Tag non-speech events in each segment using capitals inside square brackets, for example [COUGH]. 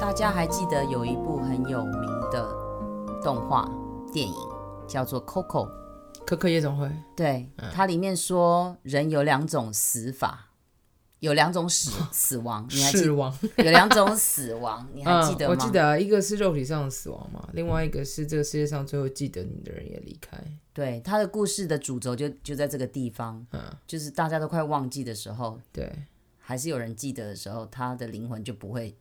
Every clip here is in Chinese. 大家还记得有一部很有名的动画电影叫做《Coco》，嗯可可夜总会，对，它里面说人有两种死法，有两种 [LAUGHS] 死死亡，你还记死亡，有两种死 [LAUGHS] 亡，你还嗯记得吗？嗯我记。得一个是肉体上的死亡嘛，另外一个是这个世界上最后记得你的人也离开。对，它的故事的主轴就就在这个地方，嗯，就是大家都快忘记的时候，对，还是有人记得的时候，他的灵魂就不会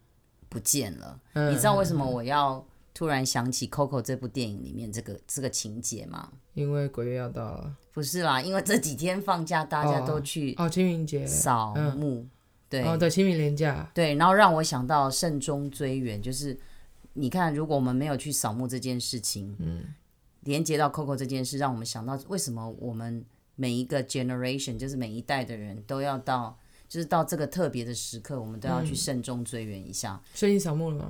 不见了。嗯你知道为什么我要突然想起《Coco》这部电影里面这个这个情节吗？因为鬼月要到了，不是 [LAUGHS] 啦，因为这几天放假，大家都去哦，清明节，扫墓，对、哦，对，清明连假，对，然后让我想到慎终追远，就是你看，如果我们没有去扫墓这件事情，嗯，连接到 Coco 这件事，让我们想到为什么我们每一个 generation，就是每一代的人都要到。就是到这个特别的时刻，我们都要嗯去慎终追远一下。所以你扫墓了吗？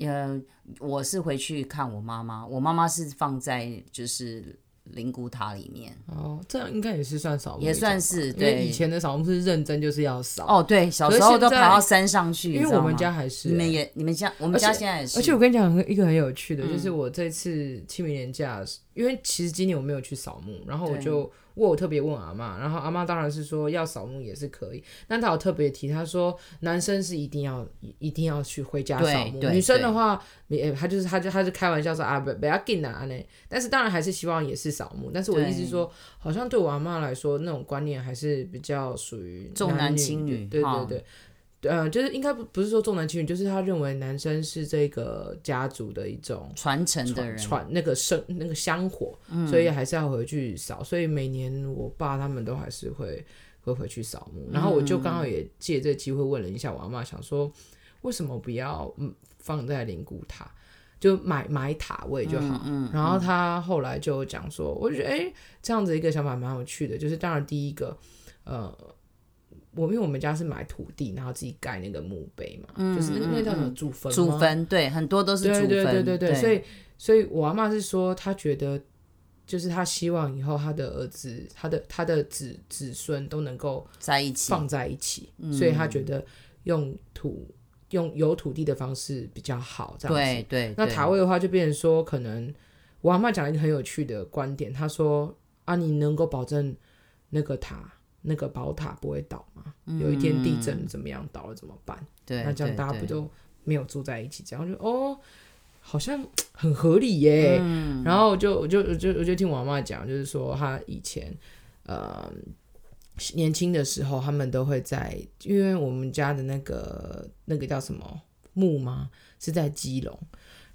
呃，我是回去看我妈妈，我妈妈是放在就是灵骨塔里面。哦，这样应该也是算扫墓一种吧，也算是因为对以前的扫墓是认真就是要扫，哦，对，小可是时候都现爬在到山上去，因你为知道我们吗家还是你欸们也你们家我们而家且现在也是，而且我跟你讲一个很有趣嗯的，就是我这次清明年假，因为其实今年我没有去扫墓，然后我对就我有特别问阿妈，然后阿妈当然是说要扫墓也是可以，但她有特别提，她说男生是一定要一一定要去回家扫墓，对对女生的话，你呃她就是她就她就开玩笑说啊不不要紧啊呢，但是当然还是希望也是扫墓，但是我的意思是说，好像对我阿妈来说那种观念还是比较属于重男轻女女的，对哈对对。呃，就是应该不不是说重男轻女，就是他认为男生是这个家族的一种传承的人，传嗯传那个生那个香火，所以还是要回去扫。所以每年我爸他们都还是会会回去扫墓，然后我就刚嗯好也借这机会问了一下我阿妈，想说为什么不要嗯放在灵骨塔，就买买塔位就嗯好。然后他后来就讲说，我就觉得哎、诶这样子一个想法蛮有趣的，就是当然第一个呃。我因为我们家是买土地，然后自己盖那个墓碑嘛，就是那个那叫什么祖坟吗，嗯祖坟对，很多都是祖对坟，对对对对，所以所以我阿妈是说，她觉得就是她希望以后她的儿子、她的她的子子孙都能够在一起，嗯放在一起，所以她觉得用土用有土地的方式比较好，这样子。对对，那对塔位的话，就变成说，可能我阿妈讲了一个很有趣的观点，她说啊，你能够保证那个塔。那个宝塔不会倒吗？有一天地震怎么样倒了怎么办？对，那这样对大家对不就没有住在一起？这样我就哦，好像很合理耶。嗯然后我就我就我就我就听我妈妈讲，就是说她以前呃年轻的时候，他们都会在，因为我们家的那个那个叫什么墓吗？是在基隆。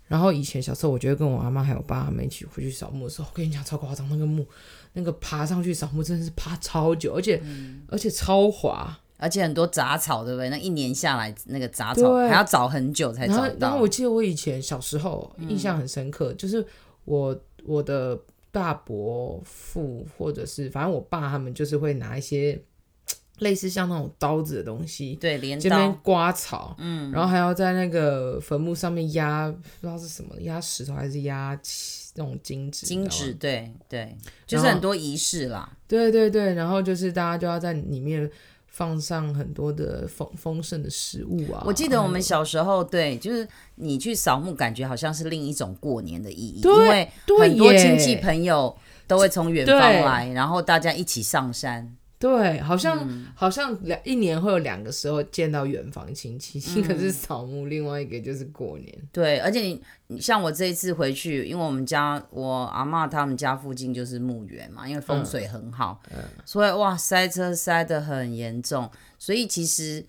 然后以前小时候，我就会跟我阿妈还有爸他们一起回去扫墓的时候，我跟你讲超夸张，那个墓，那个爬上去扫墓真的是爬超久，而且、嗯而且超滑，而且很多杂草，对不对？那一年下来，那个杂草对还要找很久才然找，后然后到嗯我。记得我以前小时候印象很深刻，就是我我的大伯父或者是反正我爸他们就是会拿一些类似像那种刀子的东西，对，镰这边刀，刮草，嗯，然后还要在那个坟墓上面压，不知道是什么，压石头还是压那种金纸，金你知道吗纸，对对，就是然后哦很多仪式啦。对对对，然后就是大家就要在里面放上很多的丰丰盛的食物啊，我记得我们嗯小时候，对，就是你去扫墓，感觉好像是另一种过年的意义，因对为对很多耶亲戚朋友都会从远方对来，然后大家一起上山。对，好像、嗯好像两一年会有两个时候见到远房亲戚，一个嗯是扫墓，另外一个就是过年。对，而且你你像我这一次回去，因为我们家我阿嬷他们家附近就是墓园嘛，因为风水很好，所以哇塞车塞得很严重，所以其实。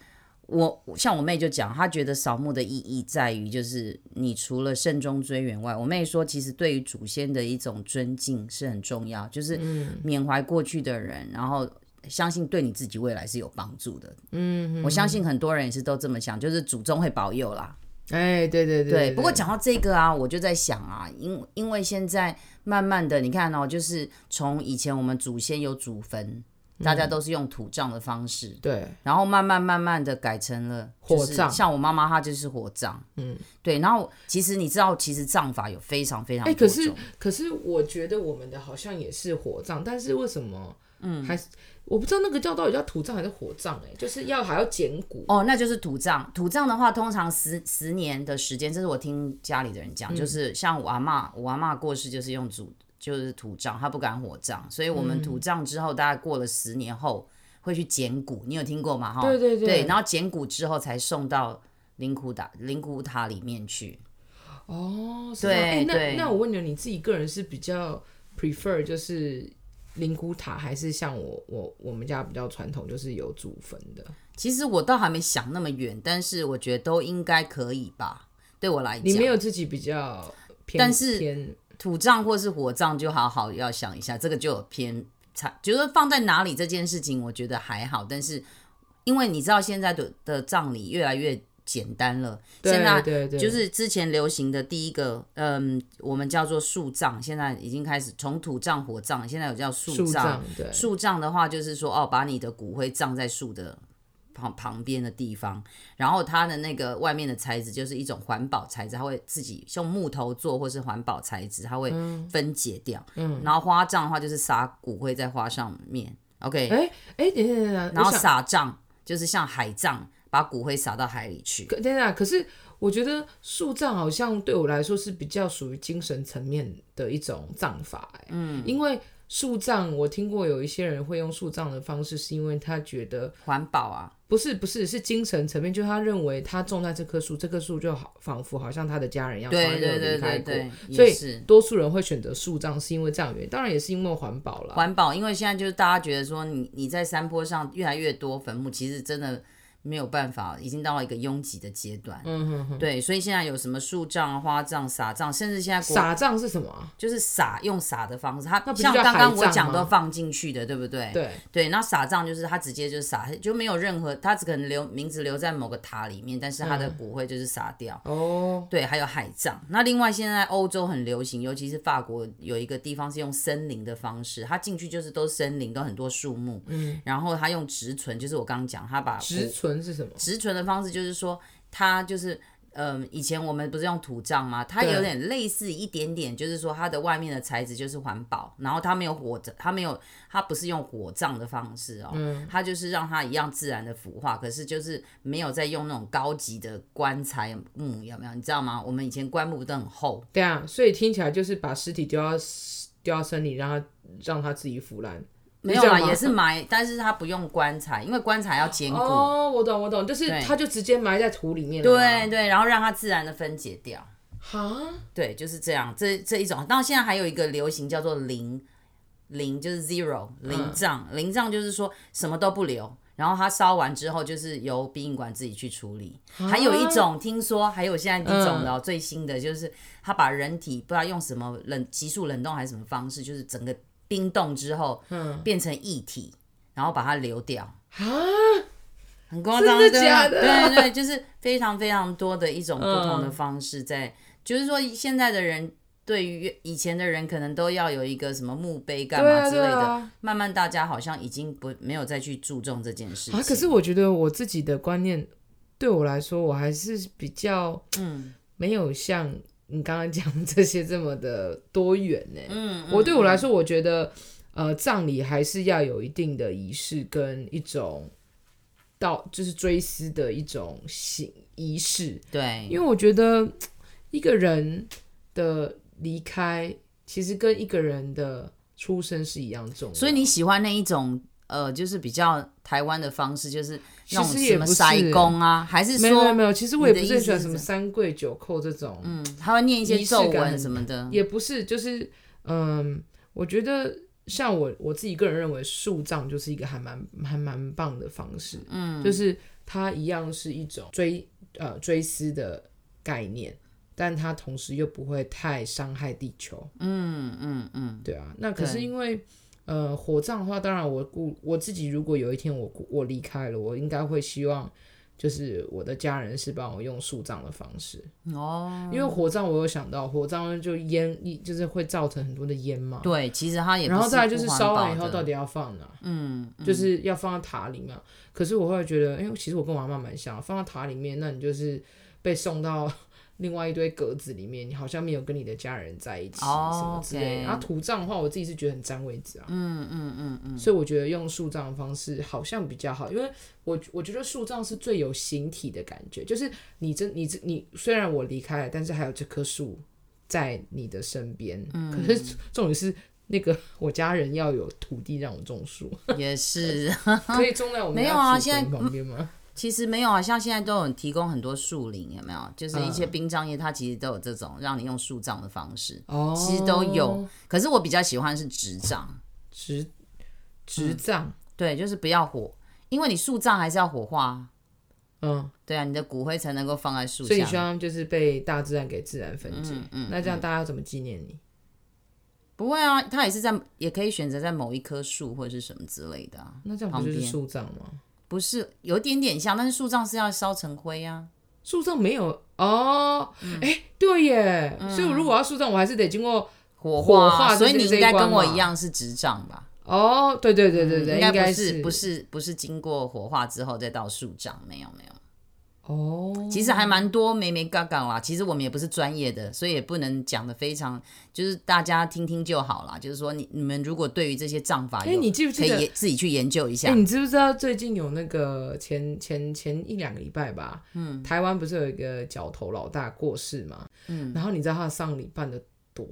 我像我妹就讲，她觉得扫墓的意义在于，就是你除了慎终追远外，我妹说，其实对于祖先的一种尊敬是很重要，就是缅怀过去的人，然后相信对你自己未来是有帮助的。嗯，我相信很多人也是都这么想，就是祖宗会保佑啦。哎，对对对对，不过讲到这个啊，我就在想啊，因因为现在慢慢的，你看哦，就是从以前我们祖先有祖坟，嗯大家都是用土葬的方式，对然后慢慢慢慢的改成了火就是葬像我妈妈她就是火葬，嗯，对。然后其实你知道，其实葬法有非常非常哎，多可种，是可是我觉得我们的好像也是火葬，但是为什么？嗯，还是我不知道那个叫到底叫土葬还是火葬、欸，哎，就是要还要捡骨。哦，那就是土葬。土葬的话，通常十十年的时间，这是我听家里的人嗯讲，就是像我阿嬷，我阿嬷过世就是用土，就是土葬，她不敢火葬，所以我们土葬之后，大概过了十年后会去捡骨，你有听过吗？哈，对对对对，然后捡骨之后才送到灵骨塔灵骨塔里面去。哦，是这样对欸那对那我问你，你自己个人是比较 prefer 就是灵骨塔，还是像我我我们家比较传统，就是有祖坟的？其实我倒还没想那么远，但是我觉得都应该可以吧。对我来你没讲，有自己比较偏，但是偏土葬或是火葬就好好要想一下，这个就有偏差，觉得放在哪里这件事情，我觉得还好。但是因为你知道现在的的葬礼越来越简单了，现在对对对，就是之前流行的第一个，嗯，我们叫做树葬，现在已经开始从土葬、火葬，现在有叫树树葬葬，对，树葬的话，就是说哦，把你的骨灰葬在树的旁旁边的地方，然后它的那个外面的材质就是一种环保材质，它会自己用木头做或是环保材质，它会分解掉。嗯，然后花葬的话就是撒骨灰在花上面，OK，、哎哎，等一下等一下，然后我想撒葬就是像海葬，把骨灰撒到海里去。可等一下，可是我觉得树葬好像对我来说是比较属于精神层面的一种葬法、欸，嗯，因为树葬我听过有一些人会用树葬的方式，是因为他觉得环保啊，不是不是是精神层面，就是他认为他种在这棵树，这棵树就好仿佛好像他的家人一样，从来对没有对对离开对过。对，所以也是多数人会选择树葬，是因为这样的原因，当然也是因为环保啦。环保，因为现在就是大家觉得说你你在山坡上越来越多坟墓，其实真的没有办法，已经到了一个拥挤的阶段。嗯哼哼，对，所以现在有什么树葬、花葬、撒葬，甚至现在国撒葬是什么啊？就是撒用撒的方式，它那不就像叫刚刚海我葬讲都吗放进去的，对不对？对，对，那撒葬就是它直接就撒，就没有任何，它只可能留名字留在某个塔里面，但是它的嗯骨灰就是撒掉。哦，对，还有海葬。那另外，现在欧洲很流行，尤其是法国有一个地方是用森林的方式，它进去就是都森林，都很多树木，嗯，然后它用植存，就是我刚刚讲，它把植存是什么？植存的方式，就是说它就是。嗯，以前我们不是用土葬吗？它对有点类似一点点，就是说它的外面的材质就是环保，然后它没有火葬，它没有，它不是用火葬的方式哦，嗯它就是让它一样自然的腐化，可是就是没有再用那种高级的棺材木，有没有？你知道吗？我们以前棺木都很厚，对啊，所以听起来就是把尸体丢到丢到森林，让它让它自己腐烂。没有啦，是这样吗也是埋，但是它不用棺材，因为棺材要坚固，哦，啊我懂我懂，就是对它就直接埋在土里面了对吗。对，然后让它自然的分解掉。哈，对，就是这样，这这一种。到现在还有一个流行叫做零零，就是 zero 嗯零账，零账就是说什么都不留，然后他烧完之后就是由殡仪馆自己去处理。还有一啊种听说，还有现在一种的嗯哦、最新的就是他把人体不知道用什么冷急速冷冻还是什么方式，就是整个冰冻之后，嗯，变成液体，然后把它流掉。很夸张，啊真的对啊假的对对，就是非常非常多的一种不同的方式在，嗯就是说现在的人对于以前的人可能都要有一个什么墓碑干对嘛啊之对类的，啊。慢慢大家好像已经不没有再去注重这件事情。啊，可是我觉得我自己的观念，对我来说，我还是比较嗯没有像你刚刚讲的这些这么的多元呢、嗯，我对我来说，说，我觉得呃，葬礼还是要有一定的仪式跟一种到就是追思的一种形仪式，因对，为我觉得一个人的离开其实跟一个人的出生是一样重要，所以你喜欢那一种呃，就是比较台湾的方式，就是那种其实什也么不是筛工啊，还是没有没有说没有，其实我也你的不是很意喜欢思什是么怎三跪九叩这种，嗯，他会念一些仪式咒感文很什么的，也不是，就是嗯，我觉得像我我自己个人认为，树葬就是一个还蛮还蛮棒的方式，嗯，就是它一样是一种追呃追思的概念，但它同时又不会太伤害地球，嗯嗯嗯，对啊，那可是对因为。呃，火葬的话，当然我顾我自己，如果有一天我我离开了，我应该会希望，就是我的家人是帮我用树葬的方式，哦，因为火葬我有想到，火葬就烟，一就是会造成很多的烟嘛。。对，其实他也然后再来就是不环保烧完以后的到底要放哪？嗯，嗯就是要放到塔里面。可是我后来觉得，哎、其实我跟我妈妈蛮像，放到塔里面，那你就是被送到 [LAUGHS] 另外一堆格子里面，你好像没有跟你的家人在一起什么之类的。哦，OK 然后土葬的话，我自己是觉得很占位置啊，嗯嗯嗯嗯，所以我觉得用树葬的方式好像比较好，因为我我觉得树葬是最有形体的感觉，就是你真你真你虽然我离开了，但是还有这棵树在你的身边。嗯可是重点是。那个 [LAUGHS] 我家人要有土地让我种树，也是。可以种在我们没家有啊祖坟现在旁边吗？其实没有啊，像现在都有提供很多树林，有没有？就是嗯一些殡葬业，它其实都有这种让你用树葬的方式。哦嗯其实都有，可是我比较喜欢是直葬，植植葬，对，就是不要火，因为你树葬还是要火化啊，嗯，对啊，你的骨灰才能够放在树所以你希下。望他们就是被大自然给自然分嗯解。那这样大家要怎么纪念你？不会啊，它也是在，也可以选择在某一棵树或者是什么之类的、啊，那这样不就是树葬吗？不是有一点点像，但是树葬是要烧成灰啊。树葬没有哦，哎、嗯对耶，所以如果要树葬，我还是得经过火火啊化所以就是你这应一该关跟我嘛一样是直葬吧？哦，对对对对对，嗯应应该该不是不不是不是经过火化之后再到树葬，没有没有。哦，其实还蛮多没没嘎嘎啦。其实我们也不是专业的，所以也不能讲的非常，就是大家听听就好啦。就是说你你们如果对于这些葬法哎有，你记不记可以得也自己去研究一下。哎、你知不知道最近有那个前前前一两个礼拜吧？嗯，台湾不是有一个角头老大过世嘛？嗯，然后你知道他的丧礼办的多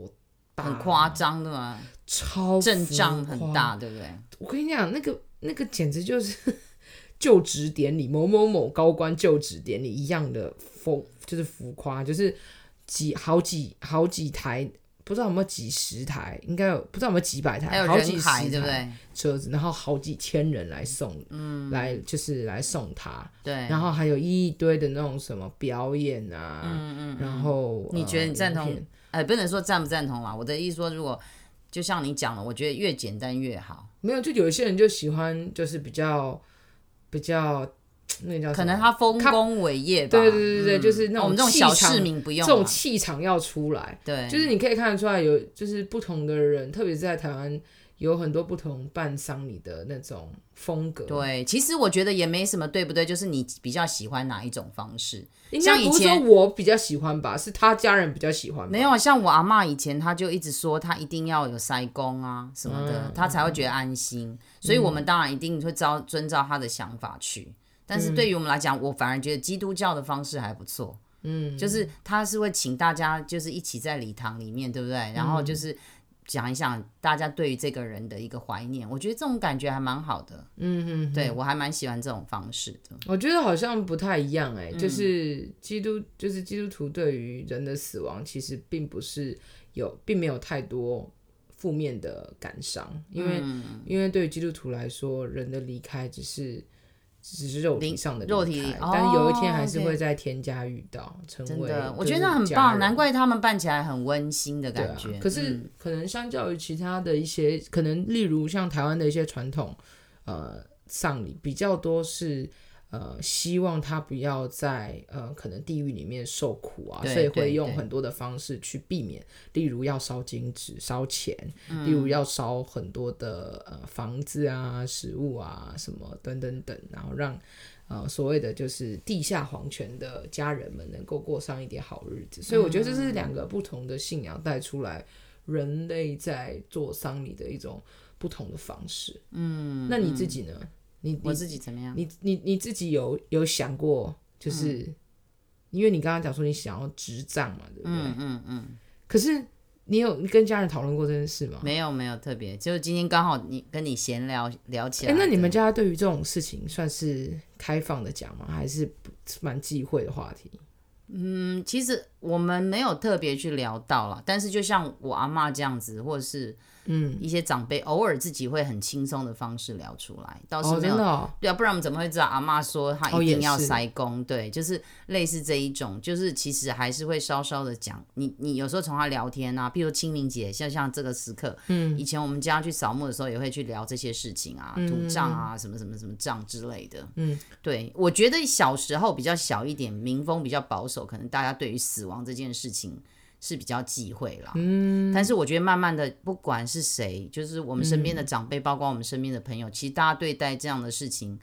大？很夸，张的嘛，超阵浮仗很夸大，对不对？我跟你讲，那个那个简直就是 [LAUGHS] 就职典礼，某某某高官就职典礼一样的疯，就是浮夸，就是几好几好几台，不知道有没有几十台，应该有不知道有没有几百台，还有好几人十海，台对不对？车子，然后好几千人来送，嗯，来就是来送他，对。然后还有一堆的那种什么表演啊，嗯嗯，然后你觉得你赞？呃同影片哎，不能说赞不赞同啦。我的意思说，如果就像你讲的，我觉得越简单越好。没有，就有一些人就喜欢，就是比较比较那个叫什么可能他丰他功伟业吧。嗯哦对对对对，就是那我们这种种气小场市民不用这啊。种气场要出来，对，就是你可以看得出来有，就是不同的人，特别是在台湾，有很多不同办丧礼的那种风格。，对，其实我觉得也没什么对不对，就是你比较喜欢哪一种方式。应像该以不是说前我比较喜欢吧，是他家人比较喜欢吧。没有像我阿嬷以前，她就一直说她一定要有塞工啊什么的，嗯她才会觉得安心。所以我们当然一定会照遵照她的想法去。但嗯是对于我们来讲，我反而觉得基督教的方式还不错。嗯，就是他是会请大家就是一起在礼堂里面，对不对？嗯然后就是讲一讲大家对于这个人的一个怀念，我觉得这种感觉还蛮好的。嗯嗯，对我还蛮喜欢这种方式的。我觉得好像不太一样嗯哎、就是基督，就是基督徒对于人的死亡，其实并不是有，并没有太多负面的感伤，因为、嗯因为对于基督徒来说，人的离开只是只是肉体灵上的肉离体开哦但是有一天还是 OK 会在天家遇到，成真为的，我就觉得是那很家棒，人难怪他们办起来很温馨的对感觉。啊。可是嗯可能相较于其他的一些，可能例如像台湾的一些传统，呃，丧礼比较多是。呃，希望他不要在呃可能地狱里面受苦啊，对所以会对用对很多的方式去避免，例如要烧金纸、烧钱，嗯例如要烧很多的呃房子啊、食物啊什么等等等，然后让呃所谓的就是地下皇权的家人们能够过上一点好日子。所以我觉得这是嗯两个不同的信仰带出来人类在做丧礼的一种不同的方式。嗯，那你自己呢？你我你自己怎么样？你你你自己有有想过，就是、嗯因为你刚刚讲说你想要执葬嘛，对不对？嗯嗯嗯，可是你有跟家人讨论过这件事吗？哎没有没有特别，就是今天刚好你跟你闲聊聊起哎、来的。那你们家对于这种事情算是开放的讲吗？还是不蛮忌讳的话题？嗯，其实我们没有特别去聊到啦，但是就像我阿嬷这样子，或者是嗯一些长辈，偶尔自己会很轻松的方式聊出来，倒是哦，没真有的哦，对啊，不然我们怎么会知道阿嬷说她哦一也定要是塞工？对，就是类似这一种，就是其实还是会稍稍的讲。你你有时候从她聊天啊，譬如清明节，像像这个时刻，嗯，以前我们家去扫墓的时候也会去聊这些事情啊，嗯土葬啊，什么什么什么葬之类的。嗯，对，我觉得小时候比较小一点，民风比较保守，可能大家对于死亡这件事情。是比较忌讳啦，嗯，但是我觉得慢慢的，不管嗯是谁，就是我们身边的长辈，包括我们身边的朋友，其实大家对待这样的事情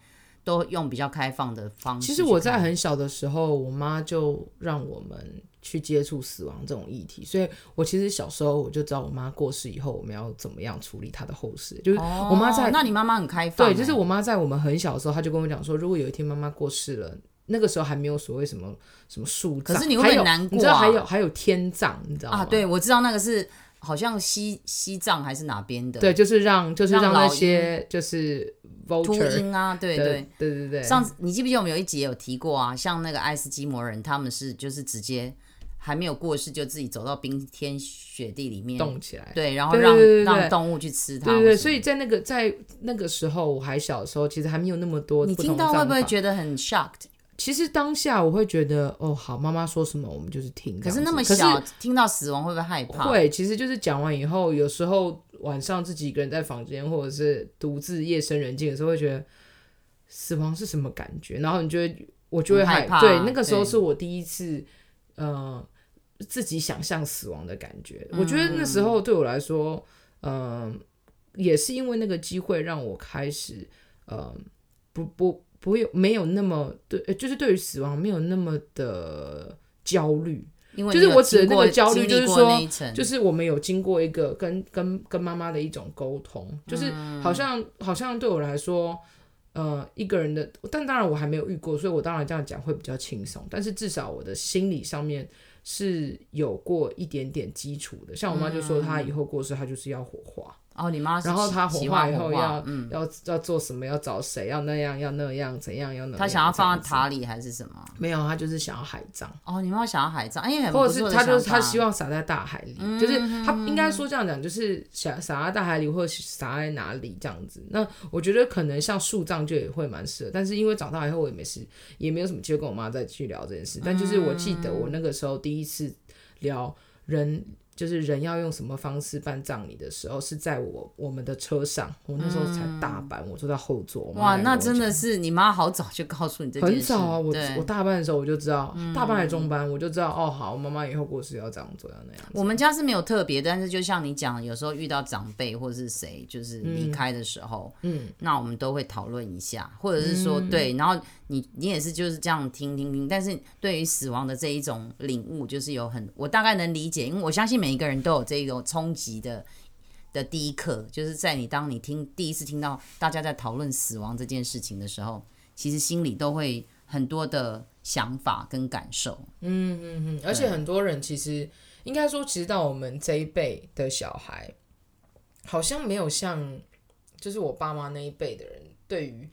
都用比较开放的方式去其看。实我在很小的时候，我妈就让我们去接触死亡这种议题，所以我其实小时候我就知道我妈过世以后，我们要怎么样处理她的后事。就是我妈在、哦那你妈妈很开放欸、对，就是我妈在我们很小的时候，她就跟我讲说，如果有一天妈妈过世了。那个时候还没有所谓什么什么树葬，可是你会不还会有难过你知道啊还有还有天葬，你知道吗？啊，对，我知道那个是好像西西藏还是哪边的对，就是让就是让让那老些就是秃 vulture 鹰啊，对的对。对对对，上次你记不记得我们有一集也有提过啊？像那个爱斯基摩人，他们是就是直接还没有过世就自己走到冰天雪地里面，动起来。嗯对，然后对让对对对让动物去吃它对或什么。对对，所以在那个在那个时候，我还小的时候，其实还没有那么多你不同听的到会不会葬法觉得很 shocked？其实当下我会觉得，哦，好，妈妈说什么我们就是听可这样子。是那么可是小听到死亡会不会害怕？会，其实就是讲完以后，有时候晚上自己一个人在房间，或者是独自夜深人静的时候，会觉得死亡是什么感觉，然后你就会，我就会很害害怕对，那个时候对是我第一次，呃，自己想象死亡的感觉。嗯我觉得那时候对我来说，嗯、也是因为那个机会让我开始，呃，不不不会有没有那么对，呃就是对于死亡没有那么的焦虑。因为就你是有我指的经那个过焦经历虑就是过说那一层就是我们有经过一个跟跟跟妈妈的一种沟通，就是嗯好像、好像对我来说，呃，一个人的，但当然我还没有遇过，所以我当然这样讲会比较轻松，但是至少我的心理上面是有过一点点基础的。像我妈就说，她以后过世，她就是要火化，哦，你嗯妈是然后喜她火喜化欢以后火要化、嗯，要要做什么，要找谁，要那样要那样，怎样要那样，她想要放在这样子，塔里还是什么？没有，她就是想要海葬。哦，你妈想要海葬，哎，很不或错者是的他就是想他法嗯希望撒在大海里，就是他应该说这样讲，就是想撒在大海里或者撒在哪里这样子。那我觉得可能像树葬就也会蛮适合，但是因为长大以后我也没事，也没有什么机会跟我妈再去聊这件事。但就是我记得嗯我那个时候第一次聊人。就是人要用什么方式办葬礼的时候，是在我我们的车上，我那时候才大班，我坐在后座。我嗯妈哇，才那跟我真讲的是你妈好早就告诉你这件事，很早啊，我对我大班的时候我就知道，大班还中班我就知道，哦，好，我妈妈以后过世要这样做，要那样我们家是没有特别，但是就像你讲，有时候遇到长辈或是谁就是离开的时候，嗯，那我们都会讨论一下，或者是说、对，然后你你也是就是这样听听听，但是对于死亡的这一种领悟，就是有很我大概能理解，因为我相信每一个人都有这一种冲击的。的第一刻，就是在你当你听第一次听到大家在讨论死亡这件事情的时候，其实心里都会很多的想法跟感受。嗯，而且很多人其实应该说，其实到我们这一辈的小孩，好像没有像就是我爸妈那一辈的人对于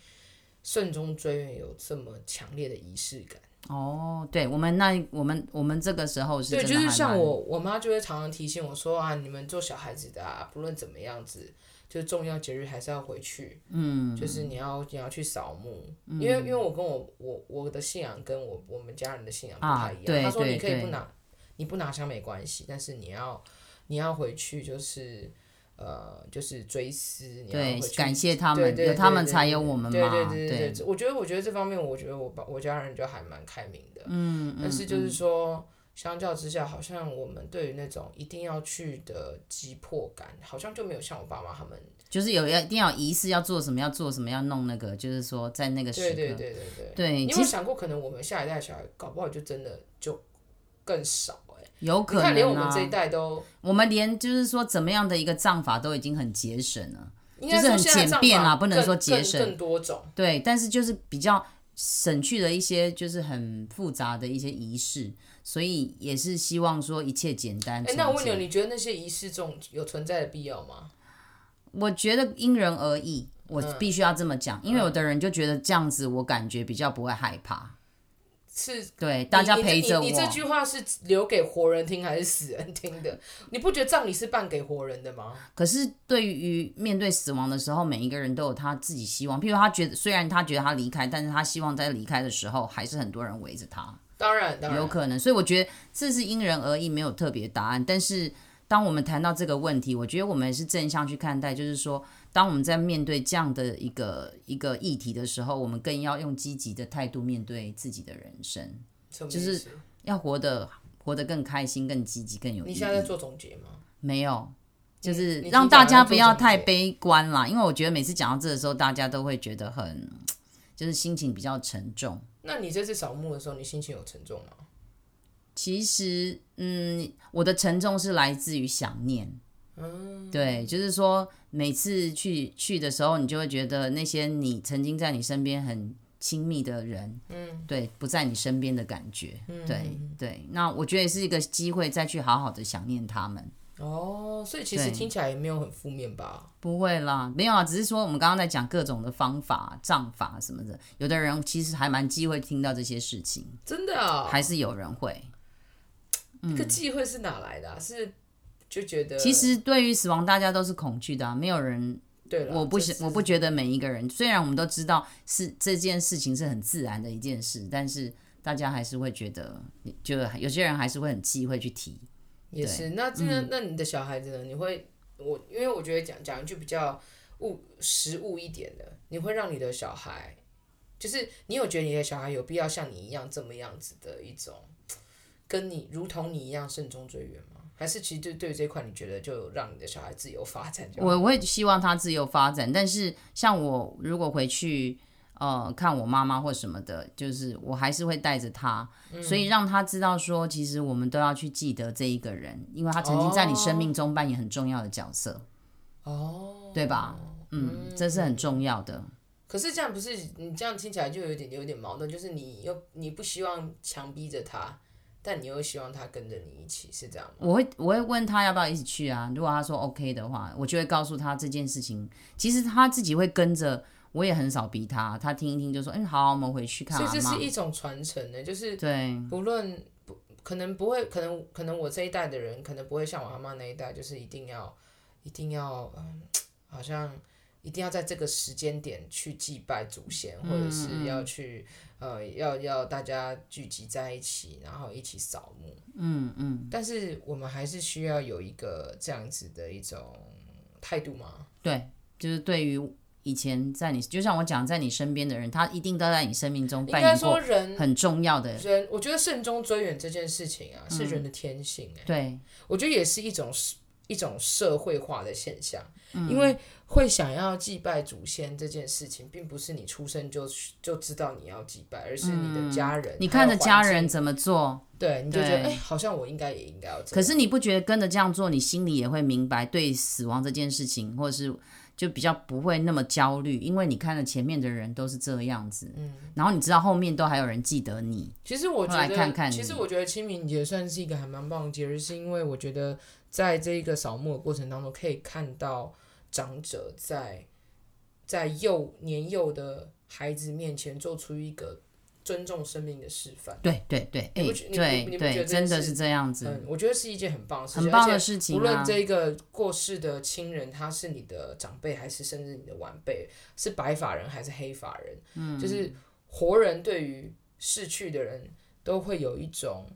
慎终追远有这么强烈的仪式感。哦，对，我们那我们我们这个时候是对，真的就是还像蛮我我妈就会常常提醒我说啊，你们做小孩子的啊，不论怎么样子，就是重要节日还是要回去，嗯，就是你要你要去扫墓，因嗯为因为我跟我我我的信仰跟我我们家人的信仰不啊太一样，对他说对你可以对不拿你不拿香没关系，但是你要你要回去就是。呃，就是追思，你要对回，去感谢他对们，对有对他们对才对有我们对嘛。对对对对，我觉得我觉得这方面，我觉得我爸我家人就还蛮开明的，嗯，但是就是说，相较之下，好像我们对于那种一定要去的急迫感，好像就没有像我爸妈他们，就是有要一定要有仪式，要做什么，要做什么，要弄那个，就是说在那个时对刻，对对对对。对你有没其有实想过，可能我们下一代小孩搞不好就真的就更少哎、欸，有可你看连我能们啊这一，代都，我们连就是说怎么样的一个葬法都已经很节省了，应该就是说很现在简葬便啊法啦不能更说节更省更多种。对，但是就是比较省去了一些就是很复杂的一些仪式，所以也是希望说一切简单。哎、那我问你从哦，简你觉得那些仪式中有存在的必要吗？我觉得因人而异，我嗯必须要这么讲，因为有的人就觉得这样子，我感觉比较不会害怕。是对，大家你陪着我。你这你。你这句话是留给活人听还是死人听的？你不觉得葬礼是办给活人的吗？可是对于面对死亡的时候，每一个人都有他自己希望。譬如他觉得，虽然他觉得他离开，但是他希望在离开的时候，还是很多人围着他，当然，当然有可能。所以我觉得这是因人而异，没有特别答案。但是当我们谈到这个问题，我觉得我们是正向去看待，就是说，当我们在面对这样的一个一个议题的时候，我们更要用积极的态度面对自己的人生，什么意就思是要活得活得更开心、更积极、更有意义。你现在在做总结吗？没有，就是你你让提早大家要不做要总太结悲观啦，因为我觉得每次讲到这的时候，大家都会觉得很就是心情比较沉重。那你这次扫墓的时候，你心情有沉重吗？其实，嗯，我的沉重是来自于想念。对，就是说每次去去的时候，你就会觉得那些你曾经在你身边很亲密的人，嗯，对，不在你身边的感觉，对对。那我觉得也是一个机会，再去好好的想念他们。哦，所以其实对听起来也没有很负面吧？不会啦，没有啊，只是说我们刚刚在讲各种的方法、杖法什么的，有的人其实还蛮忌讳听到这些事情，真的啊、还是有人会。这个忌讳是哪来的、啊？是就觉得其实对于死亡，大家都是恐惧的、啊，没有人对了，我不这想，是我不觉得每一个人，虽然我们都知道是这件事情是很自然的一件事，但是大家还是会觉得，就有些人还是会很忌讳去提。也对嗯是。那真的，那你的小孩子呢？你会我因为我觉得讲讲一句比较物实物一点的，你会让你的小孩，就是你有觉得你的小孩有必要像你一样这么样子的一种，跟你如同你一样慎终追远吗？还是其实对对于这一块，你觉得就让你的小孩自由发展就好？我会希望他自由发展，但是像我如果回去。呃，看我妈妈或什么的，就是我还是会带着他，嗯所以让他知道说，其实我们都要去记得这一个人，因为他曾经在你生命中扮演很重要的角色，哦，对吧？嗯，这是很重要的。可是这样不是你这样听起来就有点有点矛盾，就是你又你不希望强逼着他，但你又希望他跟着你一起，是这样吗？我会我会问他要不要一起去啊？如果他说 OK 的话，我就会告诉他这件事情。其实他自己会跟着，我也很少逼他。他听一听就说，嗯，好，我们回去看所以阿这妈是。一种传承呢，就是对，不论不可能不会，可能可能我这一代的人可能不会像我阿妈那一代，就是一定要一定要嗯，好像一定要在这个时间点去祭拜祖先，嗯或者是要去呃要要大家聚集在一起，然后一起扫墓。嗯嗯，但是我们还是需要有一个这样子的一种态度吗？对，就是对于以前在你，就像我讲，在你身边的人，他一定都在你生命中应扮该演说过人。很重要的。人，我觉得慎终追远这件事情啊，嗯是人的天性哎、对，我觉得也是一种一种社会化的现象，嗯因为会想要祭拜祖先这件事情，并不是你出生就就知道你要祭拜，而是你的家人，嗯你看着家还有环人境，怎么做，对，你就觉得哎、对好像我应该也应该要这样。可是你不觉得跟着这样做，你心里也会明白对死亡这件事情，或者是就比较不会那么焦虑，因为你看了前面的人都是这样子，嗯，然后你知道后面都还有人记得你，其实我觉后得，来看看你其实我觉得清明节算是一个还蛮棒的节日，是因为我觉得在这个扫墓的过程当中，可以看到长者在在幼年幼的孩子面前做出一个尊重生命的示范。对对对，哎、你不觉你不你对不觉得对，这件真事的是这样嗯子，，我觉得是一件很棒的事情，很棒而的且事无情论啊。这个过世的亲人，他是你的长辈，还是甚至你的晚辈，是白发人还是黑发人，嗯，就是活人对于逝去的人都会有一种，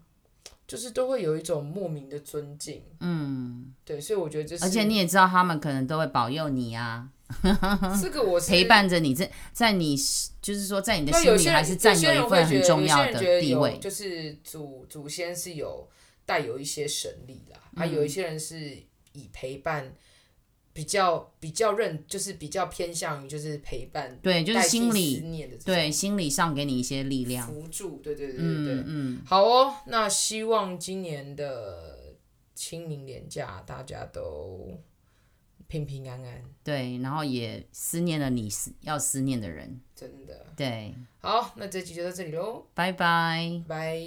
就是都会有一种莫名的尊敬，嗯，对，所以我觉得这是，而且你也知道，他们可能都会保佑你啊，这个我是陪。伴着你，在在你就是说，在你的那心有里些还人是占有一份很重要些人的觉得地有些人觉得有位。就是祖祖先是有带有一些神力啦，啊，嗯有一些人是以陪伴比较比较认，就是比较偏向于就是陪伴，对，就是心代替思理，念的这种对心理上给你一些力量。辅助，对对对对对。嗯嗯。好哦，那希望今年的清明年假大家都平平安安，对，然后也思念了你思要思念的人。真的。对，好，那这集就到这里喽，拜拜。拜。